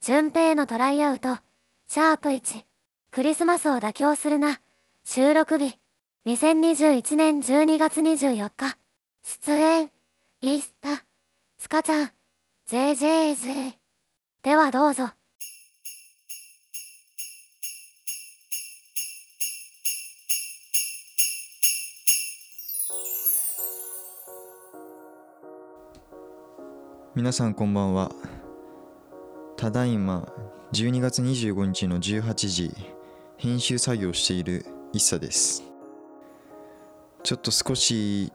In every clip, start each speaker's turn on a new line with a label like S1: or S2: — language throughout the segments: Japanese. S1: 順平のトライアウト、シャープ1、クリスマスを妥協するな、収録日、2021年12月24日、出演、イースタ、スカちゃん、JJJ。ではどうぞ。
S2: 皆さんこんばんはただいま12月25日の18時編集作業をしている一茶ですちょっと少し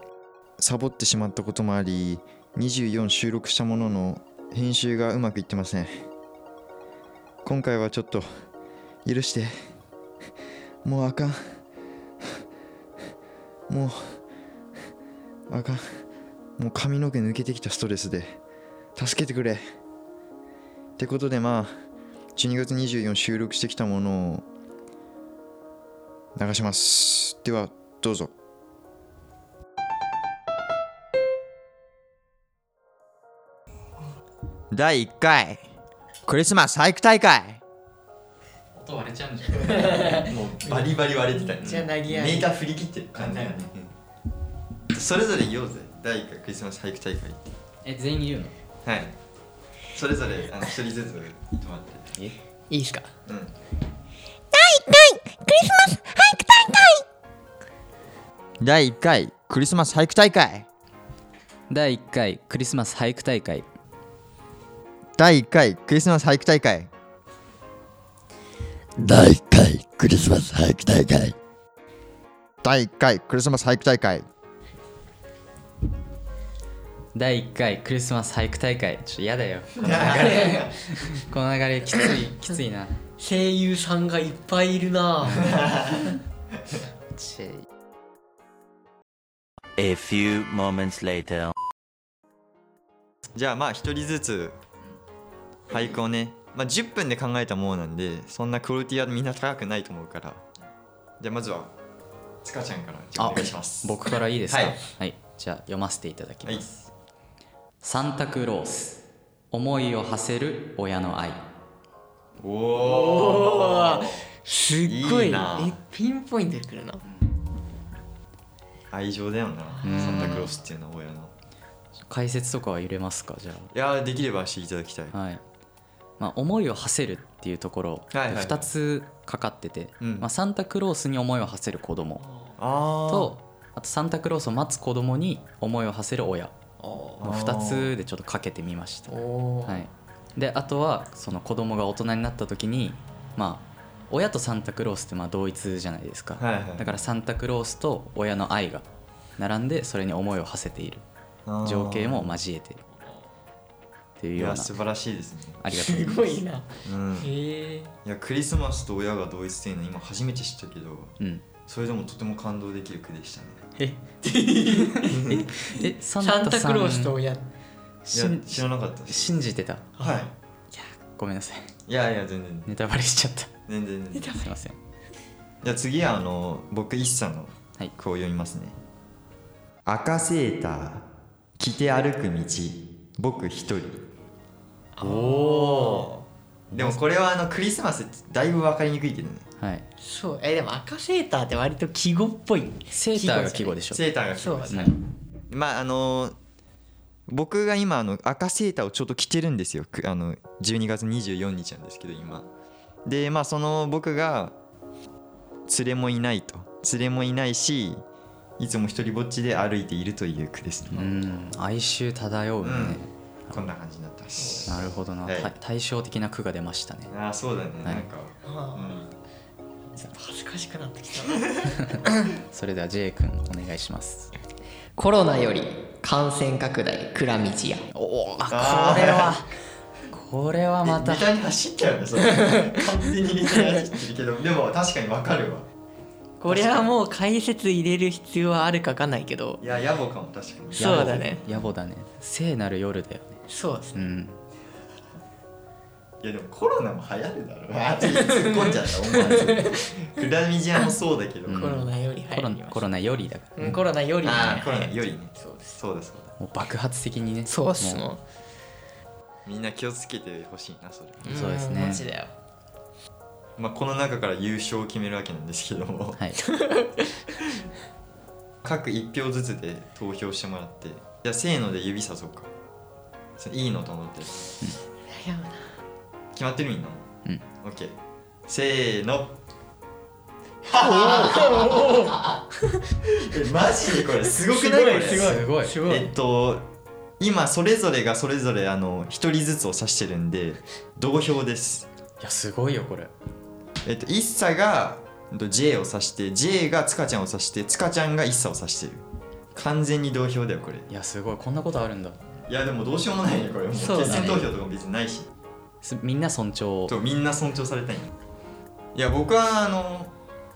S2: サボってしまったこともあり24収録したものの編集がうまくいってません今回はちょっと許してもうあかんもうあかんもう髪の毛抜けてきたストレスで助けてくれってことでまあ12月24収録してきたものを流しますではどうぞ
S3: 第1回クリスマス俳句大会
S4: 音割れちゃうんじゃ
S5: もうバリバリ割れてたよね
S6: じゃあ投げ合い
S5: メーター振り切ってる感じだよねうんそれぞれ言おうぜ第1回クリスマス俳句大会
S4: え全員言うの
S5: はいそれぞれあの一人ずつ言ってもらって
S6: いいですか
S5: うん
S3: 第1回クリスマス俳句大会
S4: 第1回クリスマス俳句大会
S3: 第1回クリスマス俳句大会
S7: 第1回クリスマス俳句大会
S3: 第1回クリスマス俳句大会
S4: 第1回クリスマス俳句大会ちょっと嫌だよ この流れきつ いきついな
S6: 声優さんがいっぱいいるなぁ
S4: ち
S8: A few moments later.
S5: じゃあまあ一人ずつ俳句をね、まあ、10分で考えたものなんでそんなクオリティはみんな高くないと思うからじゃあまずはつかちゃんからお願いします
S4: 僕からいいですか
S5: は
S4: はいい、じゃあ読ませていただき
S5: は
S4: ま
S5: い
S4: す、サンタクロース思いを馳せる親の愛
S5: おお
S6: すっごい
S5: いいなぁ
S6: えピンポイントでくるな
S5: 愛情だよなサンタクロースっていうのは親の
S4: 解説とかは揺れますかじゃ
S5: いやーできればしていただきたい
S4: あはいまあ、思いを馳せるっていうところ
S5: はいはいはい
S4: 2つかかってて、
S5: うん
S4: まあ、サンタクロースに思いを馳せる子供
S5: あー
S4: とあとサンタクロースを待つ子供に思いを馳せる親
S5: ー
S4: の2つでちょっとかけてみました、
S6: おー
S4: はい、であとはその子供が大人になった時にまあ親とサンタクロースってまあ同一じゃないですか、
S5: はいはい
S4: だからサンタクロースと親の愛が並んでそれに思いを馳せている
S5: あー
S4: 情景も交えてるっていう
S5: い
S4: よう
S5: や
S4: な
S5: 素晴らしいですね
S4: ありがとうござ
S6: す
S4: います
S6: ごいな
S5: うん
S6: へえ
S5: いやクリスマスと親が同一っていうのは今初めて知ったけど
S4: うん、
S5: それでもとても感動できる句でしたね
S4: ええサンタさ
S6: サ
S4: ん
S6: ンタクロースと親
S5: い
S4: し
S5: や
S4: ん
S5: 知らなかったです
S4: 信じてた
S5: はい
S4: ごめんなさい
S5: いやいや全然
S4: ネタバレしちゃった
S5: 全然全然
S4: すいません
S5: じゃあ次はあの僕一茶の
S4: はい
S5: 句を読みますね、赤セーター着て歩く道僕一人
S6: おお
S5: でもこれはあのクリスマスってだいぶ分かりにくいけどね
S4: はい
S6: ーそうえでも赤セーターって割と季語っぽい
S4: セーターが季語でしょ
S5: セーターが着て
S6: そう
S5: ま
S6: ですすね
S5: まああの僕が今あの赤セーターをちょうど着てるんですよくあの12月24日なんですけど今でまあその僕が連れもいないと連れもいないしいつも一人ぼっちで歩いているという句ですね、
S4: うん哀愁漂うね、
S5: こんな感じになったし
S4: なるほどな、
S5: はい
S4: た対照的な句が出ましたね
S5: ああそうだね、
S4: はい
S5: なんか、
S6: あ
S5: う
S6: ー恥ずかしくなってきたな
S4: それでは J 君お願いします
S6: コロナより感染拡大暗道や
S4: おおこれ
S5: あー
S4: はこれはま
S5: ん、
S4: た
S5: ネタに走っちゃうねそれ 完全にネタに走ってるけどでも確かにわかるわ
S6: これはもう解説入れる必要はあるかわかんないけど
S5: いや野暮かも確かに
S6: そうだね
S4: 野暮だね聖なる夜だよね
S6: そうです
S4: う
S6: ね
S4: ん
S5: いやでもコロナも流行るだろあちょっと突っ込んじゃった思わずクラミジアもそうだけど、
S4: うん
S6: コロナより
S4: コロ
S6: 入り
S4: ナコロナよりだから
S6: うんコロナより
S5: あ
S6: ね
S5: あコロナよりね
S6: そうです
S5: そうだそうだ
S4: もう爆発的にね
S6: そうっすも
S4: も
S6: ん
S5: みんな気をつけてほしいなそれ、
S4: そうですね
S6: んマジだよ
S5: まあ、この中から優勝を決めるわけなんですけども
S4: はい
S5: 各1票ずつで投票してもらってじゃあせーので指さそうかそれいいのと思ってる
S6: 悩むな
S5: 決まってるみんな
S4: うん
S5: オッケーせーのえマジでこれすごくないこれ
S4: すごい
S6: すご
S5: えっと今それぞれがそれぞれあの一人ずつを指してるんで同票です
S4: いやすごいよこれ
S5: えっと、イッサがうんと J を指して J がツカちゃんを指してツカちゃんがイッサを指してる完全に同票だよこれ
S4: いやすごいこんなことあるんだ
S5: いやでもどうしようもないよこれもう
S6: そうだ
S5: 決
S6: ね
S5: 選投票とかも別にないし
S4: すみんな尊重
S5: とみんな尊重されたいんよいや僕はあの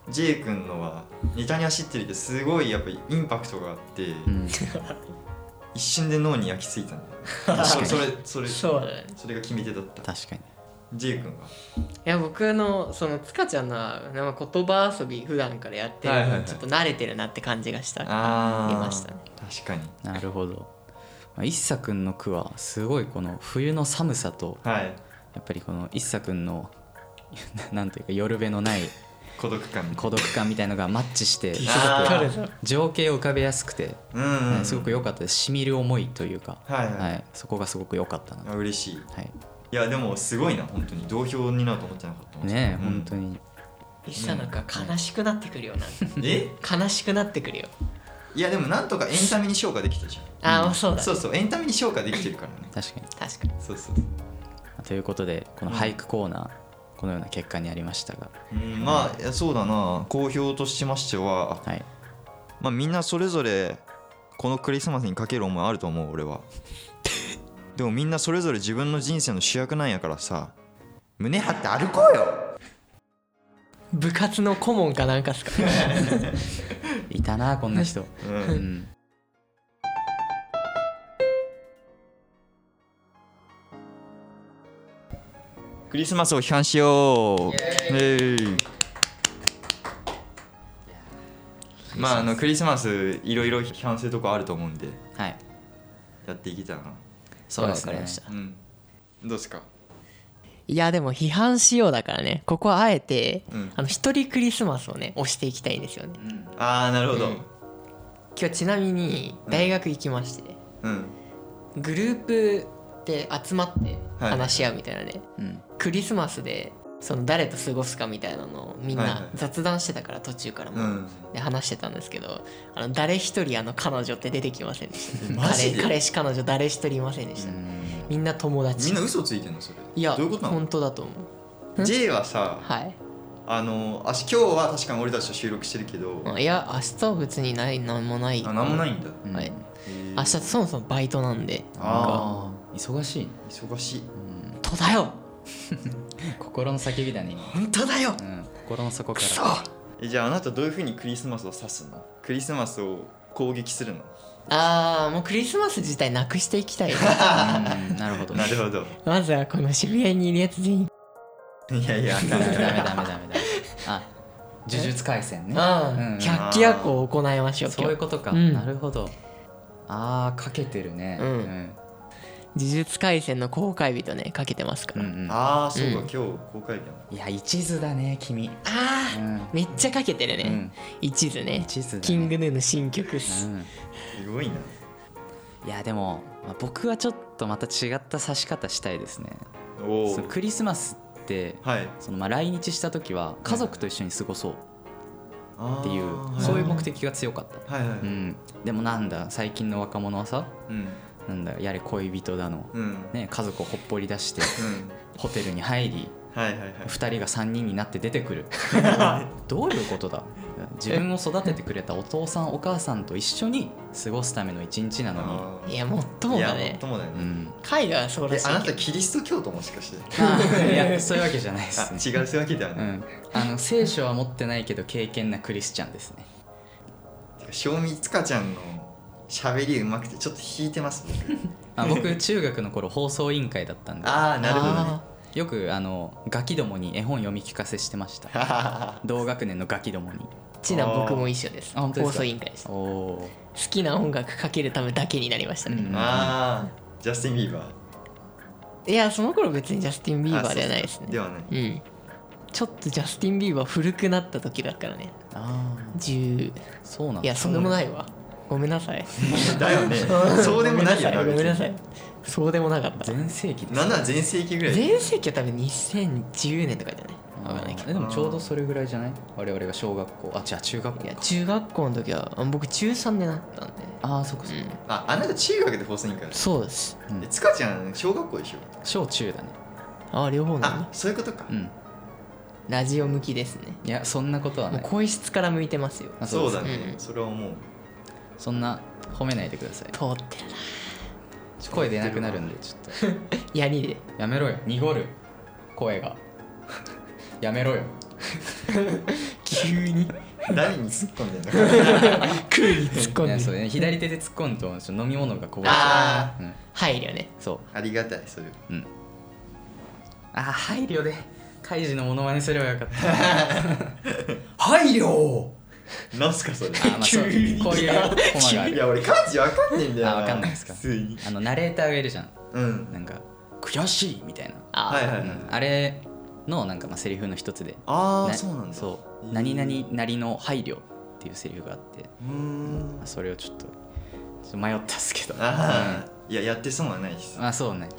S5: J 君のはネタに走ってるけどすごいやっぱりインパクトがあって、
S4: うん
S5: 一瞬で脳に焼き付いたんだよそれそれそれ
S6: そうだね
S5: それが決め手だった
S4: 確かに
S5: J 君はい
S6: や僕のそのつかちゃんのはなんか言葉遊び普段からやってる
S5: はいはいはい
S6: ちょっと慣れてるなって感じがした
S5: あー
S6: いましたね
S5: 確かに
S4: なるほどまあ一茶くんの句はすごいこの冬の寒さと
S5: はい
S4: やっぱりこの一茶くんの なんていうか夜べのない
S5: 孤独感
S4: 孤独感みたいのがマッチしてす ご
S5: あー
S4: く情景を浮かべやすくて、
S5: うん、うん、
S4: すごく良かったですしみる思いというか、
S5: はいはい
S4: はい、そこがすごく良かったなと、
S5: あ嬉しい
S4: はい、
S5: いやでもすごいな本当に同票になると思ってなかった
S4: ねえ、
S5: うん
S4: 本当に
S6: 一さなんか悲しくなってくるよ なんか
S5: え
S6: 悲しくなってくるよ
S5: いやでもなんとかエンタメに昇華できたじ
S6: ああそ
S5: ゃ
S6: うんだ
S5: そ
S6: ね
S5: うそうエンタメに昇華できてるから ね
S4: 確かに
S6: 確かに
S5: そうそう
S4: ということでこの俳句コーナー、このような結果にありましたが、
S5: うんまあいやそうだな好評としましては、
S4: はい、
S5: まあ、みんなそれぞれこのクリスマスにかける思いあると思う俺はでもみんなそれぞれ自分の人生の主役なんやからさ胸張って歩こうよ
S6: 部活の顧問かなんかっ すか
S4: いたなこんな人、
S5: うん
S4: うん、
S5: クリスマスを批判しようイエーイまああのクリスマスいろいろ批判するとこあると思うんで
S4: はい
S5: やっていけたらな
S4: そうですね
S6: わかりました
S5: うんどうですか
S6: いやでも批判しようだからねここはあえて、
S5: うん
S6: あの一人クリスマスをね押していきたいんですよね
S5: ああなるほど
S6: うん今日ちなみに大学行きまして、
S5: うん
S6: グループで集まって
S5: はい
S6: 話し合うみたいなね、
S4: うん、
S6: クリスマスでその誰と過ごすかみたいなのをみん
S5: はいはい
S6: な雑談してたから途中から
S5: う
S6: も、
S5: ん
S6: で話してたんですけどあの誰一人あの彼女って出てきませんでした
S5: マジで
S6: 彼彼氏彼女誰一人いませんでした、みんな友達
S5: みんな嘘ついてんのそれ
S6: いや
S5: どういうことな
S6: 本
S5: の
S6: 当だと思当
S5: J はさ
S6: うはい
S5: あのあし今日は確かに俺たちと収録してるけど
S6: うんいや明日は別にないなんもない
S5: あなんもないんだ
S4: うん
S6: はい
S5: へ
S6: 明
S5: ー
S6: 日そもそもバイトなんで
S5: あ
S4: ああ忙しいね
S5: ー忙しい
S6: とだよ
S4: 心の叫びだね
S6: 本当だよ
S4: 今、うん、心の底か
S6: くそ
S4: ら
S5: えじゃああなたどういうふうにクリスマスを指すのクリスマスを攻撃するの
S6: あーもうクリスマス自体なくしていき たいよ
S4: うんなるほど
S5: なるほど
S6: まずはこの渋谷にいるやつ全員
S5: いやいや
S4: ダメダメダメダメダメあ呪術廻戦ね
S6: うん
S4: うん
S6: 百鬼夜行を行いましょう
S4: そう
S6: 今
S4: いう
S6: 日
S4: ことか、
S6: うん
S4: なるほどあーかけてるね
S6: うん呪術廻戦の公開日とねかけてますか
S4: うん
S6: ら、
S4: うん
S5: ああそうか、
S6: うん
S5: 今日公開日だ
S4: いや一途だね君
S6: あ
S4: う
S6: ー
S4: ん
S6: めっちゃかけてるね、
S4: うん
S6: 一途ね
S4: 一途だね
S6: キングヌーの新曲っす、
S4: うん
S5: すごいない
S4: やでもまあ僕はちょっとまた違った指し方したいですね
S5: お
S4: そのクリスマスって
S5: はい
S4: そのまあ来日した時は家族と一緒に過ごそうっていうそういう目的が強かった、
S5: はいはい
S4: うん、でもなんだ最近の若者はさ
S5: うん
S4: なんだやれ恋人だの、
S5: うんうん
S4: ね、家族をほっぽり出してホテルに入り
S5: はいはいはい
S4: 2人が3人になって出てくるどういうことだ自分を育ててくれたお父さんお母さんと一緒に過ごすための一日なの
S5: あ
S6: い
S5: ー
S6: やもっともだね
S5: もだよ
S4: に、う
S5: ね
S4: ん、
S6: 海外はそうら
S5: え
S6: しい
S5: あな
S6: け
S5: たキリスト教徒もしかして
S4: あーいやそういうわけじゃないで
S5: あ
S4: すね
S5: 違うそういうわけでは
S4: う
S5: ない
S4: ん、あの聖書は持ってないけど経験なクリスチャンですね
S5: てか正味つかちゃんの喋りうまくてちょっと引いてます僕
S4: あ僕中学の頃放送委員会だったんで
S5: ああ
S6: ど
S5: なるほどね
S4: よくあのガキどもに絵本読み聞かせしてました同学年のガキどもに
S6: ちな僕も一緒です
S4: あ本当で
S6: 放
S4: すか
S6: 送委員会です好
S4: おお
S6: きな音楽かけるためだけになりましたね、
S4: うん
S5: ああジャスティン・ビーバー
S6: いやその頃別にジャスティン・ビーバーではないですね
S5: では ない
S6: うんちょっとジャスティン・ビーバー古くなった時だからね
S4: あ
S6: 10
S4: あそうなん
S6: い
S4: だ
S6: やそんでもないわごめんなさい
S5: だよねそうでもないよ
S6: ご
S5: な
S6: めんなさ
S5: 別
S6: いそうでもなかった
S4: 全盛期で
S5: に
S4: す
S5: なんなら全盛期ぐらいだよ
S6: 全盛期は多分2010年とかじゃない
S4: わかんないけどえでもちょうどそれぐらいじゃない我々が小学校あじゃあ中学校
S6: いや
S4: か
S6: 中学校の時はあ僕中3でなったんで
S4: ああそっかそっか
S6: うん
S5: ああなた中学で放送委員会
S6: そうです
S5: でつかちゃん小学校でしょ
S4: 小中だね
S6: ああ両方なの
S5: あそういうことか
S4: うん
S6: ラジオ向きですね
S4: いやそんなことは
S6: も
S4: な
S6: う
S4: い
S6: 声質から向いてますよ
S4: あ
S5: そう
S4: です
S5: だね、
S6: うん
S5: それは思う
S4: そんな褒めないでください
S6: 通ってるな
S4: 声出なくなるんでちょっと
S6: 槍で
S4: やめろよ濁る声が やめろよ
S6: 急に
S5: 誰に突っ込んでん の
S6: 空に突っ
S4: い
S6: 込
S4: や
S6: ん
S4: そう
S6: で
S4: ね左手で突っ込むとちょっと飲み物がこぼれちゃ
S5: あ
S4: う、うん、
S6: 配慮ね
S4: そう
S5: ありがたいそれ
S4: うんあー配慮でカイジのモノマネすればよかった配慮
S5: なんすかそれ
S4: あーまあ そうこういうコマがあ
S5: い
S4: る
S5: や俺漢字わかんねえんだよな
S4: あわかんないですか
S5: 普通に
S4: あのナレーターがいるじゃん
S5: うん
S4: なんか悔しいみたいな
S6: あ、
S5: はいはいはい、
S4: うんあれのなんかまあセリフの一つで
S5: ああ
S4: ね
S5: そうなんだ
S4: そう
S5: へー
S4: 何々なりの配慮っていうセリフがあって
S5: うーん
S4: まあそれをちょっとちょっと迷ったっすけど
S5: ああ、いややって損はないです
S4: うんまあそうね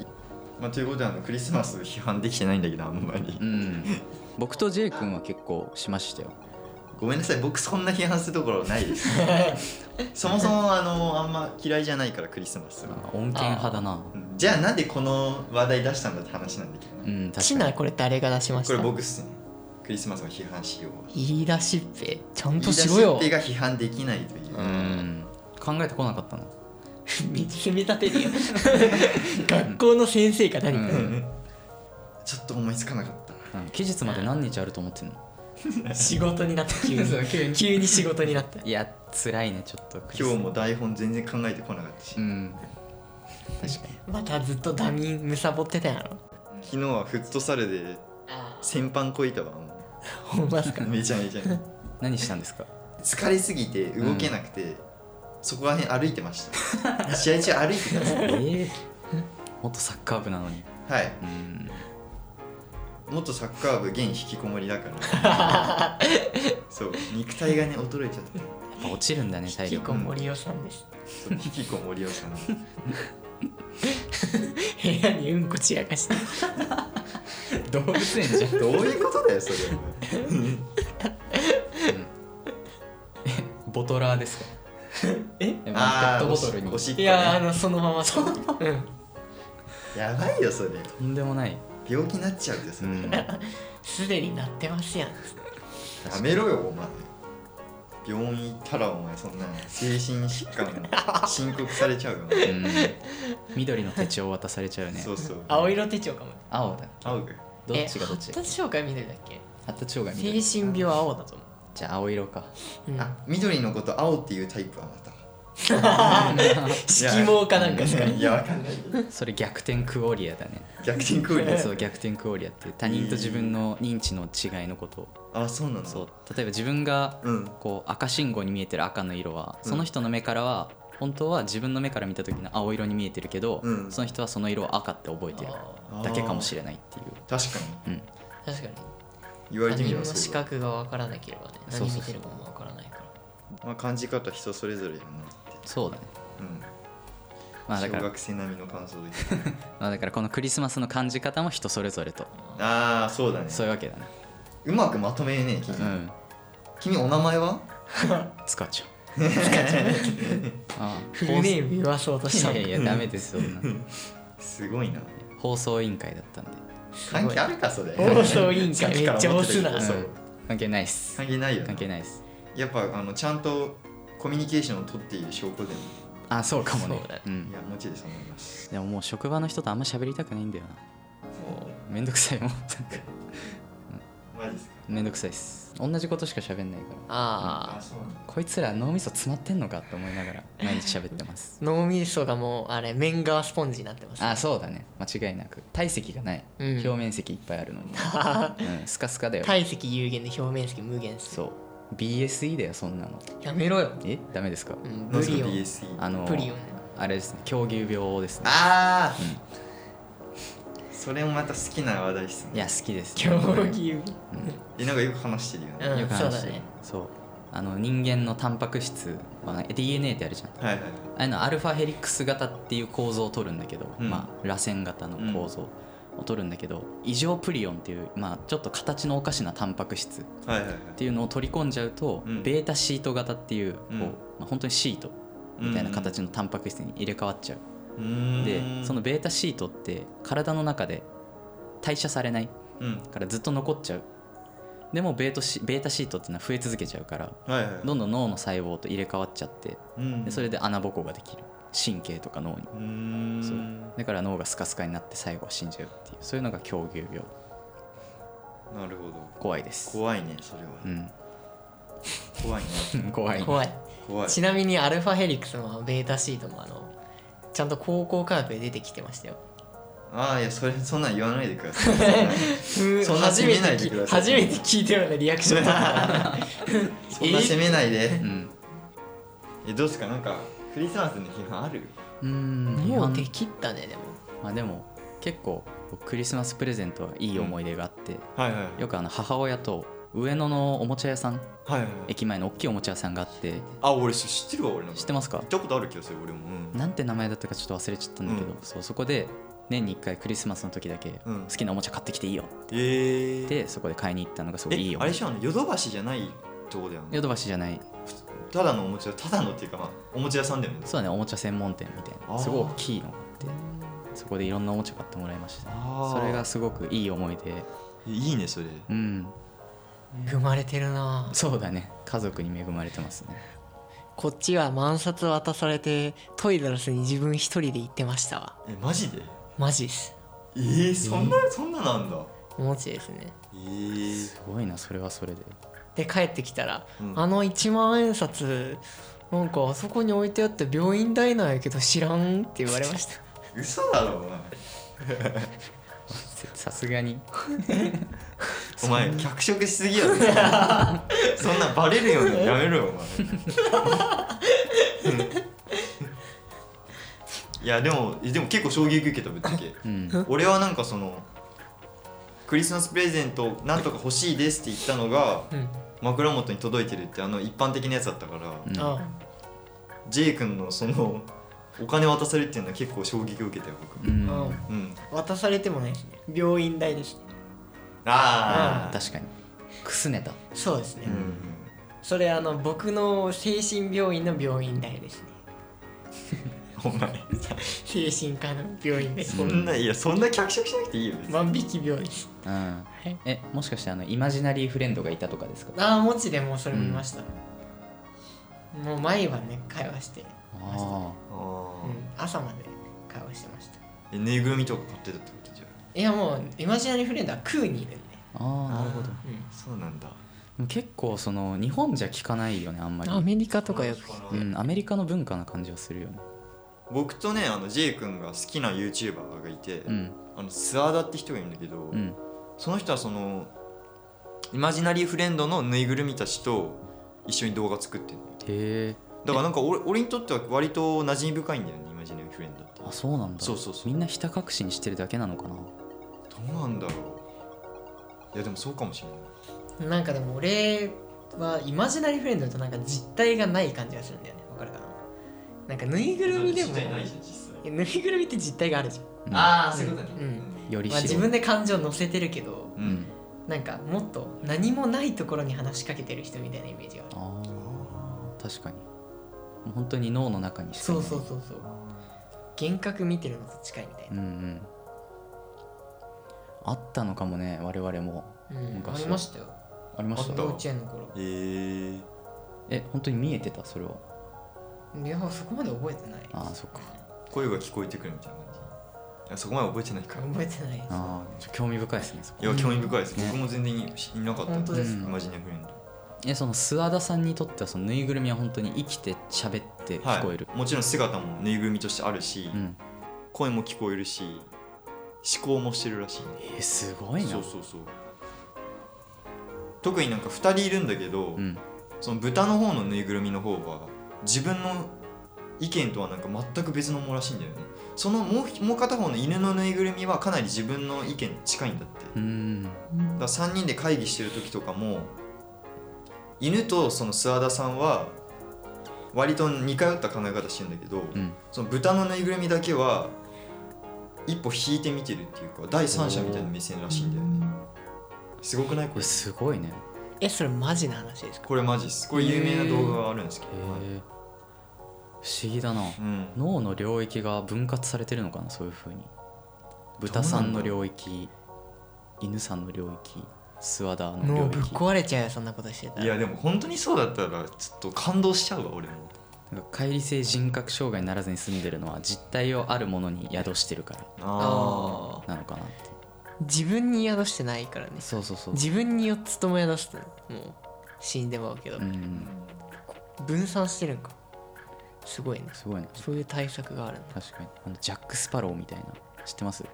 S5: まあ、ということであのクリスマス批判できてないんだけどあんまり、
S4: うん僕と J 君は結構しましたよ
S5: ごめんなさい僕そんな批判するところないですそもそもあのあんま嫌いじゃないからクリスマスは
S4: あ穏健派だな
S5: うんじゃあなんでこの話題出したんだって話なんだけどね
S4: うん確
S6: ち
S4: か
S6: な
S4: に
S6: これ誰が出しまし
S5: こ
S6: た
S5: れ僕っすねクリスマスの批判しようは
S6: 言い出しっぺちゃ
S5: 言
S6: んと
S5: い出
S6: し
S5: し
S6: ろよ
S5: っぺが批判できないという、
S4: うん考えてこなかったの
S6: めっちゃ攻め立てるよ学校の先生か何か、
S5: ちょっと思いつかなかった
S4: うん期日まで何日あると思ってんの
S6: 仕事にな った急
S4: そう
S6: に
S4: 急に
S6: 急に仕事になった
S4: いや辛いねちょっとクリス
S5: 今日も台本全然考えてこなかったし、
S4: うん確か
S6: またずっとダミーむさぼってたやろ
S5: 昨日はフットサルで先般こいたわも
S6: ほんまっすか
S5: うめちゃめちゃ
S4: に何したんで すか
S5: 疲れすぎて動けなくて、そこら辺歩いてました試合中歩いてたんですよ
S4: ええ 元サッカー部なのに
S5: はい
S4: うん
S5: 元サッカー部現引きこもりだからそう肉体がね衰えちゃって
S4: やっぱ落ちるんだね体
S6: 引き
S4: 力
S6: こもりおさんです
S5: そう引きこもりをさん
S6: 部屋にうんこ散らかして
S4: 動物園じゃん
S5: どういうことだよそれ
S4: ボトラ ーですか
S6: え
S4: ペ
S5: あ
S4: ッ
S5: あ
S4: トボトルに
S5: おしっこ、
S6: い
S5: ね、
S6: やあのそのままそう、うん、
S5: やばいよそれ
S4: とんでもない、
S5: 病気になっちゃうでそれ、
S4: うん
S5: や
S6: すでになってますやん
S5: めろよお前病院行ったらお前そんな精神疾患申告されちゃうよ、ね、
S4: 緑の手帳渡されちゃうね
S5: そうそう
S6: 青色手帳かも
S4: 青だ
S5: 青が
S4: どっちがどっち
S6: え発達障害緑だっけ
S4: 発達障害緑
S6: 精神病は青だと思
S4: じゃあ青色か
S6: う、うん、
S5: あ緑のこと青っていうタイプはまた
S6: 色毛かなんかですか
S5: いやわかんない
S4: それ逆転クオリアだね
S5: 逆転クオリア
S4: そう逆転クオリアって他人と自分の認知の違いのことを
S5: あそうなの
S4: そう例えば自分が
S5: うん
S4: こう赤信号に見えてる赤の色は
S5: うん
S4: その人の目からは本当は自分の目から見た時の青色に見えてるけど、
S5: うん
S4: その人はその色を赤って覚えてるだけかもしれないっていう
S5: 確かに
S6: 確かに
S5: 言われて
S6: 自
S5: みれば
S6: 分の
S5: そう
S6: 視覚が分からなければね
S4: そう
S6: 何
S4: そうそう
S6: 見てるかも分からないから
S5: まあ、感じ方人それぞれやなって、
S4: そうだね
S5: うん
S4: まあだから
S5: 小学生並みの感想です
S4: まあだからこのクリスマスの感じ方も人それぞれと
S5: ああそうだね
S4: そういうわけだね
S5: うまくまとめねえ君,、
S4: うん
S5: 君お名前は
S4: 使っちゃう ああ
S6: フルネーム言わそうとし
S4: い
S6: た
S4: や
S6: の
S4: いやダメですよそんな
S5: すごいな
S4: 放送委員会だったんで、
S5: 関係あるかそれ
S6: 放送委員会
S5: さきから思てたけど
S6: めっちゃ押すな
S5: そう
S4: うん関係ないっす
S5: 関係ないよな
S4: 関係ないっす
S5: やっぱあのちゃんとコミュニケーションを取っている証拠でも
S4: あそうかもね
S6: そうだね
S4: うん
S5: いやもちろんそう思います
S4: でももう職場の人とあんま喋りたくないんだよなめんどくさいもんなんか
S5: マジですか
S4: めんどくさいっす同じことしか喋んないから
S6: ああ
S5: そうなんだ
S4: こいつら脳みそ詰まってんのかって思いながら毎日喋ってます
S6: 脳みそがもうあれ面側スポンジになってます
S4: あそうだね間違いなく体積がない、
S6: うん
S4: 表面積いっぱいある のに、うん、スカスカだよ
S6: 体積有限で表面積無限っす
S4: そう BSE だよそんなの
S6: やめろよ、
S4: えダメですか、
S6: うん、
S5: ノ
S6: ブ
S5: スコ
S6: リオン
S5: DSE
S4: あの
S6: プリオン
S4: あれですね狂牛病ですね
S5: ああ、それもまた好きな話題ですね
S4: いや好きです
S6: 競技
S5: えなんかよく話してるよね、
S6: うん
S4: よく
S6: そう
S4: 話し
S6: だ
S4: てる
S6: ね
S4: そうあの人間のタンパク質は DNA ってあるじゃん
S5: はいはい
S4: ああいうのアルファヘリクス型っていう構造を取るんだけど、
S5: うん
S4: まあ、螺旋型の構造を取るんだけど、異常プリオンっていう、まあ、ちょっと形のおかしなタンパク質っ
S5: はいはいはい
S4: ていうのを取り込んじゃうと、
S5: うん
S4: ベータシート型っていうこう、
S5: うん
S4: まあ、本当にシートみたいな形のタンパク質に入れ替わっちゃう、
S5: うーん
S4: でそのベータシートって体の中で代謝されない
S5: うん
S4: からずっと残っちゃうでもベートシベータシートっていうのは増え続けちゃうから
S5: はいはい
S4: どんどん脳の細胞と入れ替わっちゃって
S5: うん
S4: でそれで穴ぼこができる神経とか脳に
S5: うーん
S4: そうだから脳がスカスカになって最後は死んじゃうっていうそういうのが狂牛病
S5: なるほど
S4: 怖いです
S5: 怖いねそれは、
S4: う
S5: 怖いね
S4: ん怖い
S6: 怖い
S5: 怖い
S6: ちなみにアルファヘリクスもベータシートもあのちゃんと高校科学で出てきてましたよ
S5: ああいやそれそんなん言わないでくださいそん なんそんな
S6: 初めて
S5: 責めないで
S6: 聞
S5: ください
S6: 初めて聞いたようなリアクションだった
S5: そんな責めないで
S4: うん
S5: えどうですかなんかクリスマスの批判ある
S4: うん
S6: もうできったねでも
S4: まあでも結構クリスマスプレゼントはいい思い出があって、
S5: はいはい
S4: よくあの母親と上野のおもちゃ屋さん
S5: はいはい
S4: 駅前の大きいおもちゃ屋さんがあって
S5: あ俺それ知ってるわ俺なんか
S4: 知ってますか
S5: 行ったことある気がする俺もうん
S4: なんて名前だったかちょっと忘れちゃったんだけど、
S5: う
S4: そうそこで年に1回クリスマスの時だけ
S5: うん
S4: 好きなおもちゃ買ってきていいよ
S5: えー、
S4: ってそこで買いに行ったのがすごいいい
S5: え
S4: よ
S5: あれじゃんヨドバシじゃないとこだよね
S4: ヨドバシじゃない
S5: ただのおもちゃただのっていうかまあおもちゃ屋さんだよね
S4: そうだねおもちゃ専門店みたい
S5: あー
S4: なすごい大きいのがあってそこでいろんなおもちゃ買ってもらいました
S5: あ
S4: それがすごくいい思い出
S5: いいねそれ
S4: うん
S6: 生まれてるな
S4: そうだね家族に恵まれてますね
S6: こっちは万札渡されてトイザらスに自分一人で行ってましたわ
S5: えマジで
S6: マジです
S5: えー、そんな、そんななんだ
S6: おもちゃですね
S5: えー、
S4: すごいなそれはそれで
S6: で帰ってきたら、
S5: うん
S6: あの一万円札なんかあそこに置いてあって病院代なんやけど知らんって言われました
S5: 嘘だろお前
S4: さすがに
S5: お前脚色しすぎやろ そんなんバレるよねやめろよお前いやでもえでも結構衝撃受けたぶっちゃけ
S4: うん
S5: 俺はなんかそのクリスマスプレゼントなんとか欲しいですって言ったのが
S6: うん
S5: 枕元に届いてるってあの一般的なやつだったから、
S4: うん
S6: あ
S5: ジェイ君のそのお金渡されるっていうのは結構衝撃を受けたよ僕う
S4: う
S5: ん、
S4: ん
S6: あ、うん渡されてもないですね病院代ですね
S5: ああ
S4: 確かにくすねた
S6: そうですね、
S5: に、
S6: それあの僕の精神病院の病院代ですね
S5: うん、お前
S6: 精神科の病院代
S5: そんないやそんな脚色しなくていいよ別に
S6: 万引き病院です
S4: うん
S6: い
S4: えもしかしてあのイマジナリーフレンドがいたとかですか
S6: ああもちでもうそれ見ました、もう毎晩ね会話して、
S4: あ
S5: あ
S6: う
S5: ー
S6: ん、朝まで会話してました
S5: えぬいぐるみとか買ってたってことじゃ
S6: いやもうイマジナリーフレンドは空にいるんで、
S4: ーあー
S5: ん
S4: なるほどで
S6: うん
S5: そうなんだ
S4: も結構その日本じゃ聞かないよねあんまり
S6: メリカとかよ
S5: そうなのか
S4: う
S5: なん
S4: アメリカの文化な感じはするよね
S5: 僕とねあの J 君が好きな YouTuber がいて、
S4: うん
S5: あのスアダって人がいるんだけど、
S4: うん
S5: その人はそのイマジナリーフレンドのぬいぐるみたちと一緒に動画作ってる
S4: へえ
S5: だからなんか俺俺にとっては割と馴染み深いんだよねイマジナリーフレンドって
S4: あそうなんだ
S5: そうそうそう
S4: みんなひた隠しにしてるだけなのかな
S5: どうなんだろういやでもそうかもしれない
S6: なんかでも俺はイマジナリーフレンドだとなんか実体がない感じがするんだよねわかるかななんかぬいぐるみでも
S5: ん実際
S6: いやぬいぐるみって実体があるじゃ
S4: う
S6: ん、
S4: ん
S5: ああそういうことね
S6: うん
S4: より
S6: まあ、
S4: し
S6: 自分で感情乗せてるけど
S5: う
S4: うんん
S6: なんかもっと何もないところに話しかけてる人みたいなイメージがある
S4: ああ確かにもう本当に脳の中にしかい
S6: そ
S4: な
S6: う
S4: い
S6: そうそうそう幻覚見てるのと近いみたい
S4: うんうんあったのかもね我々も
S6: な、うんあ
S4: 昔は
S6: りましたよ
S4: ありまし
S5: あったた
S6: 幼稚園の頃
S5: えー、
S4: え本当に見えてたそれはい
S6: やそこまで覚えてない
S4: あーそっか
S5: 声が聞こえてくるみたいな感じいやそこまで覚えてないから
S6: 覚えてないです
S4: ああちょ興味深いですねそこ
S5: いや興味深いです、
S4: ね
S5: 僕も全然知らなかった
S6: 本当です
S4: か
S5: イマジナリーフレンド
S4: えその諏訪田さんにとってはそのぬいぐるみは本当に生きて喋って聞こえる、
S5: もちろん姿もぬいぐるみとしてあるし、
S4: うん
S5: 声も聞こえるし思考もしてるらしいね
S4: えーすごいな
S5: そうそうそう特になんか2人いるんだけど、
S4: うん
S5: その豚の方のぬいぐるみの方は自分の意見とはなんか全く別のもらしいんだよねそのもうひもう片方の犬のぬいぐるみはかなり自分の意見近いんだって
S4: うーん
S5: だから3人で会議してる時とかも犬とその諏訪田さんは割と似通った考え方してんだけど、
S4: うん
S5: その豚のぬいぐるみだけは一歩引いて見てるっていうか第三者みたいな目線らしいんだよねすごくないこ
S4: これ
S5: れ
S4: すごいね
S6: えそれマジな話ですか
S5: これマジですこれ有名な動画があるんですけど
S4: へ、え不思議だな
S5: うん、
S4: 脳の領域が分割されてるのかなそういうふうに豚さんの領域犬さんの領域諏訪田の領
S6: 脳
S4: 域
S6: ぶっ壊れちゃうよそんなことしてたら
S5: いやでも本当にそうだったらちょっと感動しちゃうわ俺も
S4: なんか乖離性人格障害にならずに住んでるのは実体をあるものに宿してるから
S6: あ
S4: なのかなって
S6: ー自分に宿してないからね
S4: そうそうそう
S6: 自分に4つとも宿すのもう死んでまうけど、
S4: うん
S6: 分散してるんかすごいな
S4: すごいな
S6: そういう対策があるんだ
S4: 確かにあのジャック・スパローみたいな知ってます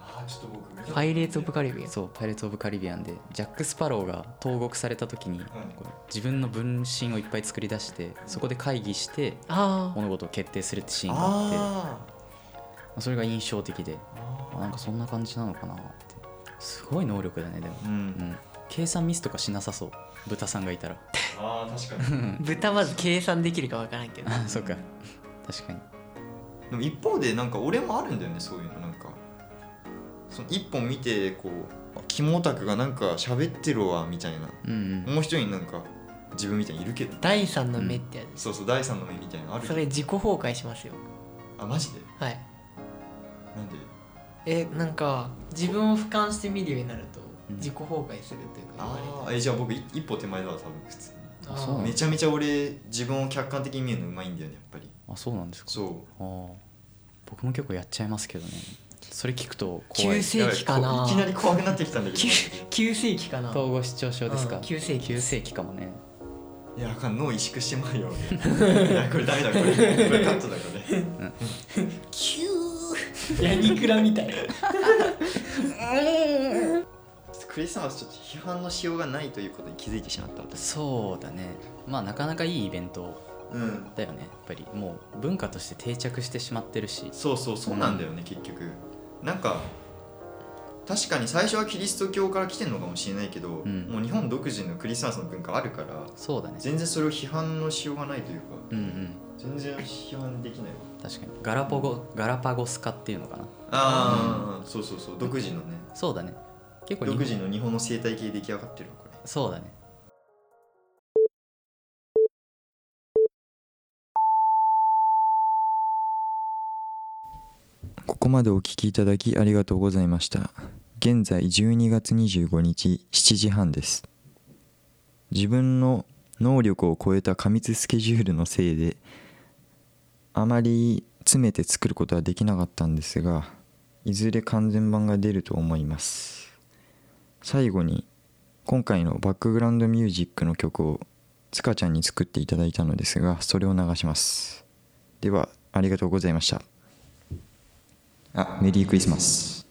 S5: あちょっと僕
S6: パイレーツ・オブ・カリビアン
S4: そう「パイレーツ・オブ・カリビアン」でジャック・スパローが投獄された時に、こう自分の分身をいっぱい作り出してそこで会議して
S6: ああ
S4: 物事を決定するってシーンがあって
S5: あ
S4: まあそれが印象的であなんかそんな感じなのかなってすごい能力だねでも、
S5: ーうん
S4: うん、計算ミスとかしなさそう豚さんがいたら
S5: あー確かに
S6: 豚まず計算できるかわからんけど
S4: あそっか確かに
S5: でも一方でなんか俺もあるんだよねそういうのなんかその一本見てこうあキモオタクがなんか喋ってるわみたいな
S4: うん
S5: もう一人なんか自分みたいにいるけど
S6: 第三の目ってやつ、
S5: そうそう第三の目みたいなのあるけ
S6: そ
S5: ど
S6: れ自己崩壊しますよ
S5: あマジで
S6: はい
S5: なんで
S6: えなんか自分を俯瞰して見るようになると
S4: うん
S6: 自己崩壊するというか言
S5: あ
S6: わ
S5: ー
S6: れ
S5: えじゃあ僕い一歩手前だわ多分普通
S6: た
S4: あそうな
S5: に
S4: ん
S5: めちゃめちゃ俺自分を客観的に見るのうまいんだよねやっぱり
S4: あそうなんですか
S5: そう
S4: あー僕も結構やっちゃいますけどねそれ聞くと怖い
S6: 急性正規かな
S5: やばいこういきなり怖くなってきたんだけ ど
S6: 急急性期かな
S4: 統合失調症ですか
S6: うん急性期
S4: 急性期かもね
S5: いやあかん脳萎縮してまうよいやこれダメだこれこれカットだこれ
S6: 急ヤニクラみたいな
S5: クリスマスちょっと批判のしようがないということに気づいてしまった私
S4: そうだねまあなかなかいいイベント
S5: うん
S4: だよねやっぱりもう文化として定着してしまってるし
S5: そうそうそうなんだよね、結局なんか確かに最初はキリスト教から来てるのかもしれないけど、
S4: ん
S5: もう日本独自のクリスマスの文化あるから
S4: そうだね
S5: 全然それを批判のしようがないというか
S4: うんうん
S5: 全然批判できないわ
S4: 確かにガラポゴガラパゴス化っていうのかな
S5: ああ、そうそうそう独自のね
S4: そうだね結構日
S5: 独
S4: 本
S5: 自の日本の生態系出来上がってるわこれ
S4: そうだね
S2: ここまでお聞きいただきありがとうございました。現在12月25日7時半です。自分の能力を超えた過密スケジュールのせいで、あまり詰めて作ることはできなかったんですが、いずれ完全版が出ると思います。最後に、今回のバックグラウンドミュージックの曲をつかちゃんに作っていただいたのですが、それを流します。では、ありがとうございました。あ、メリークリスマス。